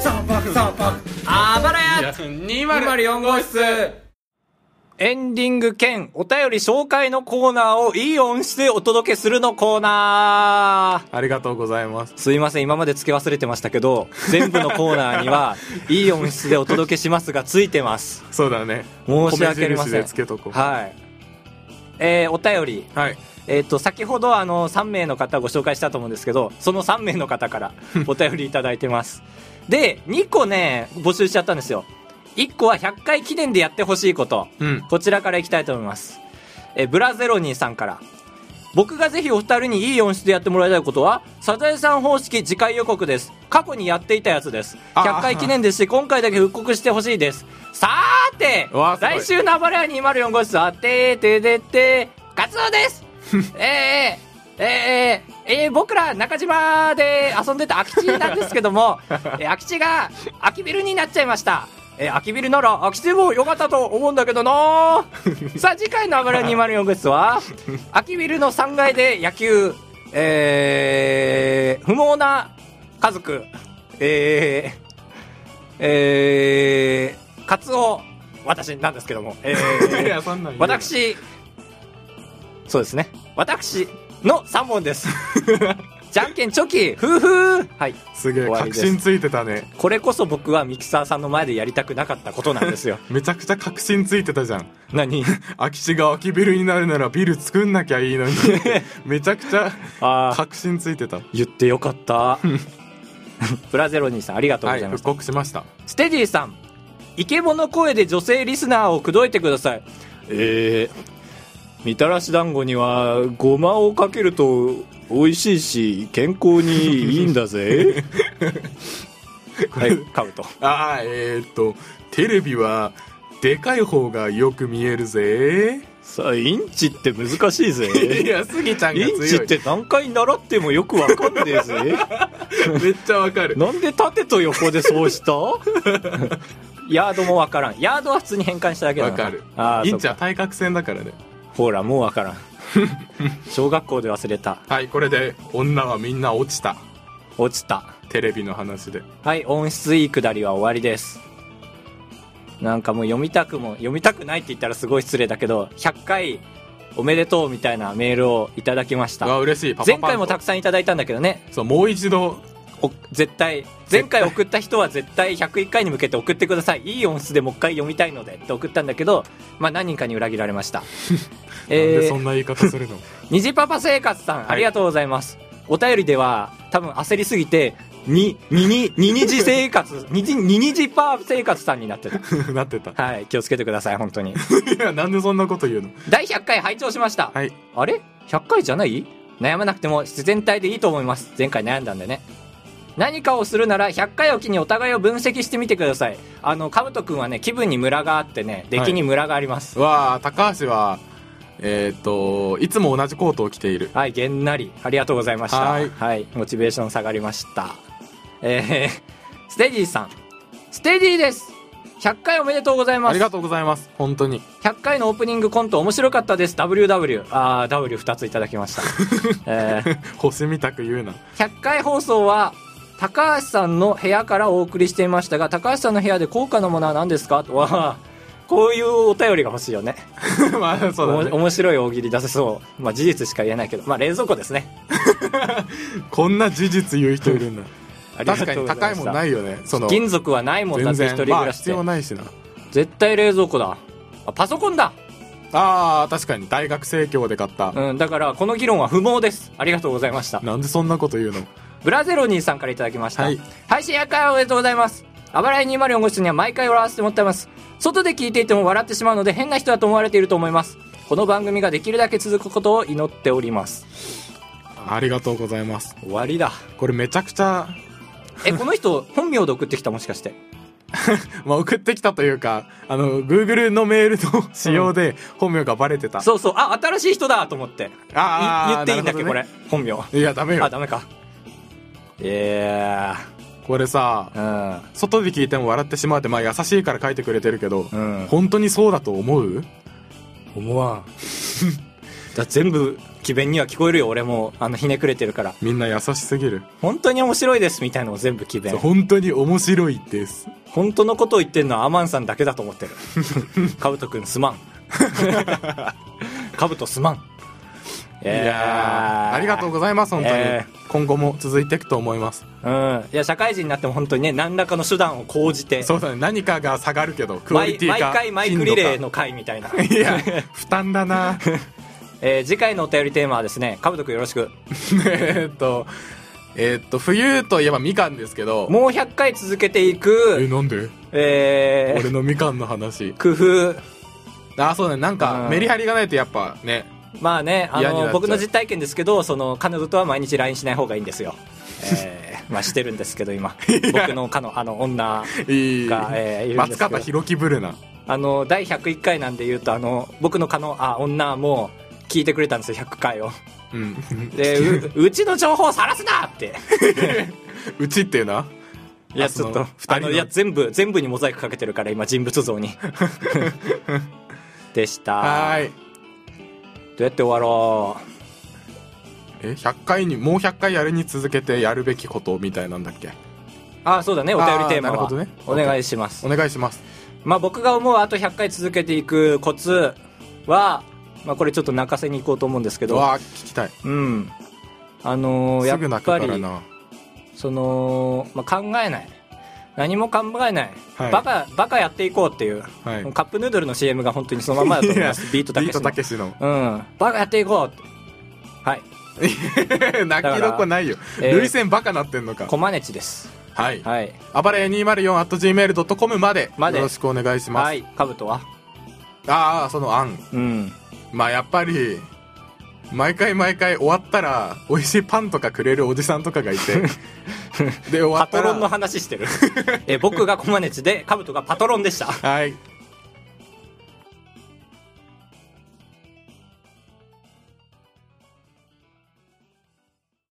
[SPEAKER 4] 三泊三泊あばらや
[SPEAKER 3] 204
[SPEAKER 4] 204号室
[SPEAKER 1] エンディング兼お便り紹介のコーナーをいい音質でお届けするのコーナー
[SPEAKER 2] ありがとうございます
[SPEAKER 1] すいません今まで付け忘れてましたけど全部のコーナーに はいい音質でお届けしますがついてます
[SPEAKER 2] そうだね
[SPEAKER 1] 申し訳ありません
[SPEAKER 2] 米印でつけとこう
[SPEAKER 1] はいえー、お便り
[SPEAKER 2] はい
[SPEAKER 1] えっ、と先ほどあの3名の方ご紹介したと思うんですけどその3名の方からお便りいただいてますで2個ね募集しちゃったんですよ1個は100回記念でやってほしいこと
[SPEAKER 2] うん
[SPEAKER 1] こちらからいきたいと思います。えーブラゼロニーさんから。僕がぜひお二人にいい音質でやってもらいたいことは、サザエさん方式次回予告です。過去にやっていたやつです。
[SPEAKER 2] あ
[SPEAKER 1] 100回記念ですし、今回だけ復刻してほしいです。さーて
[SPEAKER 2] うわ、すごい
[SPEAKER 1] 来週の暴れ屋204号室は、てーてーてーてー、カツオです えーえーえーえー僕ら中島で遊んでた空き地なんですけど も、えー空き地が空きビルになっちゃいました。えー空きビルなら空き地も良かったと思うんだけどなさあ次回の「油204グッズ は」空きビルの3階で野球えー、不毛な家族えー、えー、カツオ私なんですけどもえー
[SPEAKER 2] いやそんなん言うな
[SPEAKER 1] 私そうですね私の3本です じゃんけんチョキ夫婦はい
[SPEAKER 2] すげえ
[SPEAKER 1] 終わり
[SPEAKER 2] 確
[SPEAKER 1] です
[SPEAKER 2] 信ついてたね
[SPEAKER 1] これこそ僕はミキサーさんの前でやりたくなかったことなんです よ
[SPEAKER 2] めちゃくちゃ確信ついてたじゃん
[SPEAKER 1] 何
[SPEAKER 2] 空き地が空きビルになるならビル作んなきゃいいの にめちゃくちゃ
[SPEAKER 1] あー
[SPEAKER 2] 確信ついてた
[SPEAKER 1] 言ってよかった ブラゼロニーさんありがとう
[SPEAKER 2] は
[SPEAKER 1] ご
[SPEAKER 2] い
[SPEAKER 1] ざいま
[SPEAKER 2] 復
[SPEAKER 1] す、
[SPEAKER 2] 刻しました
[SPEAKER 1] ステディさんイケボの声で女性リスナーを口説いてくださいえー、みたらし団子にはごまをかけると美味しいし健康にいいんだ ぜはいカブト
[SPEAKER 2] ああえー、っとテレビはでかい方がよく見えるぜ
[SPEAKER 1] さあインチって難 しい
[SPEAKER 2] い
[SPEAKER 1] ぜ
[SPEAKER 2] やスギちゃんが
[SPEAKER 1] インチ
[SPEAKER 2] 強
[SPEAKER 1] っ
[SPEAKER 2] い
[SPEAKER 1] て何回習ってもよくわかんねえぜ
[SPEAKER 2] めっちゃわかる
[SPEAKER 1] なんで縦と横でそうした ヤードもわからんヤードは普通に変換しただけだ
[SPEAKER 2] わ
[SPEAKER 1] な
[SPEAKER 2] かる
[SPEAKER 1] ああ
[SPEAKER 2] インチ
[SPEAKER 1] そっ
[SPEAKER 2] は
[SPEAKER 1] か
[SPEAKER 2] 対角線だからね
[SPEAKER 1] ほらもうわからん 小学校で忘れた
[SPEAKER 2] はいこれで女はみんな落ちた
[SPEAKER 1] 落ちた
[SPEAKER 2] テレビの話で
[SPEAKER 1] はい音質いいくだりは終わりですなんかもう読みたくも読みたくないって言ったらすごい失礼だけど100回おめでとうみたいなメールをいただきまし
[SPEAKER 2] う
[SPEAKER 1] た
[SPEAKER 2] わ嬉しいパパパ
[SPEAKER 1] 前
[SPEAKER 2] ンと
[SPEAKER 1] 回もたくさんいただいたんだけどね
[SPEAKER 2] そうもう一度
[SPEAKER 1] お絶対前回送った人は絶対101回に向けて送ってくださいいい音質でもう一回読みたいのでって送ったんだけど、まあ、何人かに裏切られました
[SPEAKER 2] なんで
[SPEAKER 1] え
[SPEAKER 2] そん
[SPEAKER 1] ー、
[SPEAKER 2] な言い方するの、
[SPEAKER 1] 虹パパ生活さんありがとうございます、お便りでは多分焦りすぎてにににににじ生活 にじににじパー生活さんになってた
[SPEAKER 2] なってた
[SPEAKER 1] はい気をつけてください本当に
[SPEAKER 2] いやなんでそんなこと言うの
[SPEAKER 1] 第100回拝聴しました、
[SPEAKER 2] はい
[SPEAKER 1] あれ ?100 回じゃない悩まなくても自然体でいいと思います。前回悩んだんでね。何かをするなら100回おきにお互いを分析してみてくださいあのカブト君はね気分にムラがあってね出来にムラがあります
[SPEAKER 2] わあ高橋はえっ、といつも同じコートを着ている
[SPEAKER 1] はい、げんなり。ありがとうございました。
[SPEAKER 2] は
[SPEAKER 1] はいい。モチベーション下がりました。えー、ステディさん。ステディです。100回おめでとうございます。
[SPEAKER 2] ありがとうございます本当に
[SPEAKER 1] 100回のオープニングコント面白かったです。WW。あー、W2 ついただきま した。えー、
[SPEAKER 2] 星みたく言うな
[SPEAKER 1] 100回放送は、高橋さんの部屋からお送りしていましたが、高橋さんの部屋で高価なものは何ですかとは、こういうお便りが欲しいよね。
[SPEAKER 2] まあそうだね
[SPEAKER 1] おも面白い大喜利出せそう。まあ事実しか言えないけど、まあ冷蔵庫ですね。
[SPEAKER 2] こんな事実言う人いるんだ
[SPEAKER 1] ありがと
[SPEAKER 2] 確
[SPEAKER 1] う
[SPEAKER 2] かに
[SPEAKER 1] ございました
[SPEAKER 2] 高いもんないよねその
[SPEAKER 1] 金属はないもんだ
[SPEAKER 2] 全
[SPEAKER 1] って一人
[SPEAKER 2] 然
[SPEAKER 1] 暮
[SPEAKER 2] まあ
[SPEAKER 1] らし
[SPEAKER 2] 必
[SPEAKER 1] て、
[SPEAKER 2] 要ないしな
[SPEAKER 1] 絶対冷蔵庫だあパソコンだ
[SPEAKER 2] あー確かに大学生協で買った、
[SPEAKER 1] うんだからこの議論は不毛ですありがとうございました
[SPEAKER 2] なんでそんなこと言うの
[SPEAKER 1] ブラゼロニーさんからいただきました、
[SPEAKER 2] はい
[SPEAKER 1] 配信100回おめでとうございますあばらい204号室には毎回笑わせてもらってます外で聞いていても笑ってしまうので変な人だと思われていると思いますこの番組ができるだけ続くことを祈っております
[SPEAKER 2] ありがとうございます
[SPEAKER 1] 終わりだ
[SPEAKER 2] これめちゃくちゃ、
[SPEAKER 1] えこの 人本名で送ってきたもしかして
[SPEAKER 2] まあ、送ってきたというかあの Google のメールの仕様で本名がバレてた、
[SPEAKER 1] そうそうあ新しい人だと思ってい
[SPEAKER 2] あー
[SPEAKER 1] 言っていいんだっけ、
[SPEAKER 2] な
[SPEAKER 1] こ
[SPEAKER 2] る
[SPEAKER 1] れ本名
[SPEAKER 2] いやダメよ
[SPEAKER 1] あダメかえ
[SPEAKER 2] これさ
[SPEAKER 1] えー、
[SPEAKER 2] 外で聞いても笑ってしまうってまあ優しいから書いてくれてるけど、
[SPEAKER 1] うんうん
[SPEAKER 2] 本当にそうだと思う
[SPEAKER 1] 思わん だ全部詭弁には聞こえるよ俺もあのひねくれてるから
[SPEAKER 2] みんな優しすぎる
[SPEAKER 1] 本当に面白いですみたいなのを全部詭弁
[SPEAKER 2] そう本当に面白いです
[SPEAKER 1] 本当のことを言ってるのはアマンさんだけだと思 ってるカブトくんすまんカブトすまんい
[SPEAKER 2] いやーありがとうございます本当に、
[SPEAKER 1] え
[SPEAKER 2] 今後も続いていくと思います
[SPEAKER 1] うんいや社会人になっても本当にね何らかの手段を講じて
[SPEAKER 2] そうだね何かが下がるけどクオ
[SPEAKER 1] 毎
[SPEAKER 2] リティ
[SPEAKER 1] 毎
[SPEAKER 2] か
[SPEAKER 1] 回マイクリレーの回みたいな、
[SPEAKER 2] 頻度かいや負担だな
[SPEAKER 1] えー次回のお便りテーマはですねカブトくんよろしく
[SPEAKER 2] えーっとえーっと冬といえばみかんですけど
[SPEAKER 1] もう100回続けてい
[SPEAKER 2] え
[SPEAKER 1] く、
[SPEAKER 2] なんで
[SPEAKER 1] えー
[SPEAKER 2] 俺のみかんの話
[SPEAKER 1] 工夫。
[SPEAKER 2] あそうだねなんか
[SPEAKER 1] うん
[SPEAKER 2] メリハリがないとやっぱね
[SPEAKER 1] まあね、あ
[SPEAKER 2] 嫌になっちゃ
[SPEAKER 1] の、
[SPEAKER 2] う
[SPEAKER 1] 僕の実体験ですけど、その、彼女とは毎日 LINE しない方がいいんですよ。えー、まあしてるんですけど、 今。僕の彼女、あの、女
[SPEAKER 2] いい
[SPEAKER 1] が、えー、いるんで
[SPEAKER 2] 松
[SPEAKER 1] すけ
[SPEAKER 2] 方
[SPEAKER 1] ど。
[SPEAKER 2] 弘樹ブルナ
[SPEAKER 1] あの、第101回なんで言うと、あの、僕の彼女、あ、女も、聞いてくれたんですよ、100回を。
[SPEAKER 2] うん
[SPEAKER 1] で、う、うちの情報を晒すなって。
[SPEAKER 2] うちっていうのはい
[SPEAKER 1] や、
[SPEAKER 2] あ
[SPEAKER 1] ち
[SPEAKER 2] そ
[SPEAKER 1] ょ
[SPEAKER 2] の
[SPEAKER 1] っと、
[SPEAKER 2] 二
[SPEAKER 1] あ
[SPEAKER 2] 人の
[SPEAKER 1] の、いや、全部、全部にモザイクかけてるから、今、人物 像に。でした。
[SPEAKER 2] はーい
[SPEAKER 1] どうやって終わろう。
[SPEAKER 2] え100回にもう100回やるに続けてやるべきことみたいなんだっけ
[SPEAKER 1] あそうだねお便りテーマ
[SPEAKER 2] あーなるほ
[SPEAKER 1] は、
[SPEAKER 2] どね
[SPEAKER 1] お願いします
[SPEAKER 2] お願いします
[SPEAKER 1] まあ僕が思うあと100回続けていくコツは、まあ、これちょっと泣かせに行こうと思うんですけ
[SPEAKER 2] う
[SPEAKER 1] ど
[SPEAKER 2] わー聞きたい
[SPEAKER 1] うんあのー
[SPEAKER 2] すぐ
[SPEAKER 1] やっ
[SPEAKER 2] 泣く
[SPEAKER 1] ぱ
[SPEAKER 2] から
[SPEAKER 1] り
[SPEAKER 2] な
[SPEAKER 1] その、まあ、考えない何も考えない、
[SPEAKER 2] はい
[SPEAKER 1] バカバカやっていこうっていう、
[SPEAKER 2] はい
[SPEAKER 1] カップヌードルの CM が本当にそのままだと思いますビートた
[SPEAKER 2] ビ
[SPEAKER 1] け
[SPEAKER 2] ート
[SPEAKER 1] した
[SPEAKER 2] けしの
[SPEAKER 1] うんバカやっていこうってはい
[SPEAKER 2] 泣きどこないよ
[SPEAKER 1] えー
[SPEAKER 2] 涙腺バカなってんのか
[SPEAKER 1] コマネチです
[SPEAKER 2] はい
[SPEAKER 1] はい
[SPEAKER 2] 暴れ 204.gmail.com まで
[SPEAKER 1] まで
[SPEAKER 2] よろしくお願いします、
[SPEAKER 1] はいカブトは
[SPEAKER 2] ああその案
[SPEAKER 1] うん
[SPEAKER 2] まあやっぱり毎回毎回終わったら美味しいパンとかくれるおじさんとかが いてで終わ
[SPEAKER 1] パ
[SPEAKER 2] った
[SPEAKER 1] トロ
[SPEAKER 2] ら
[SPEAKER 1] ンの話してるえ僕がコマネチでカブトがパトロンでした
[SPEAKER 2] はい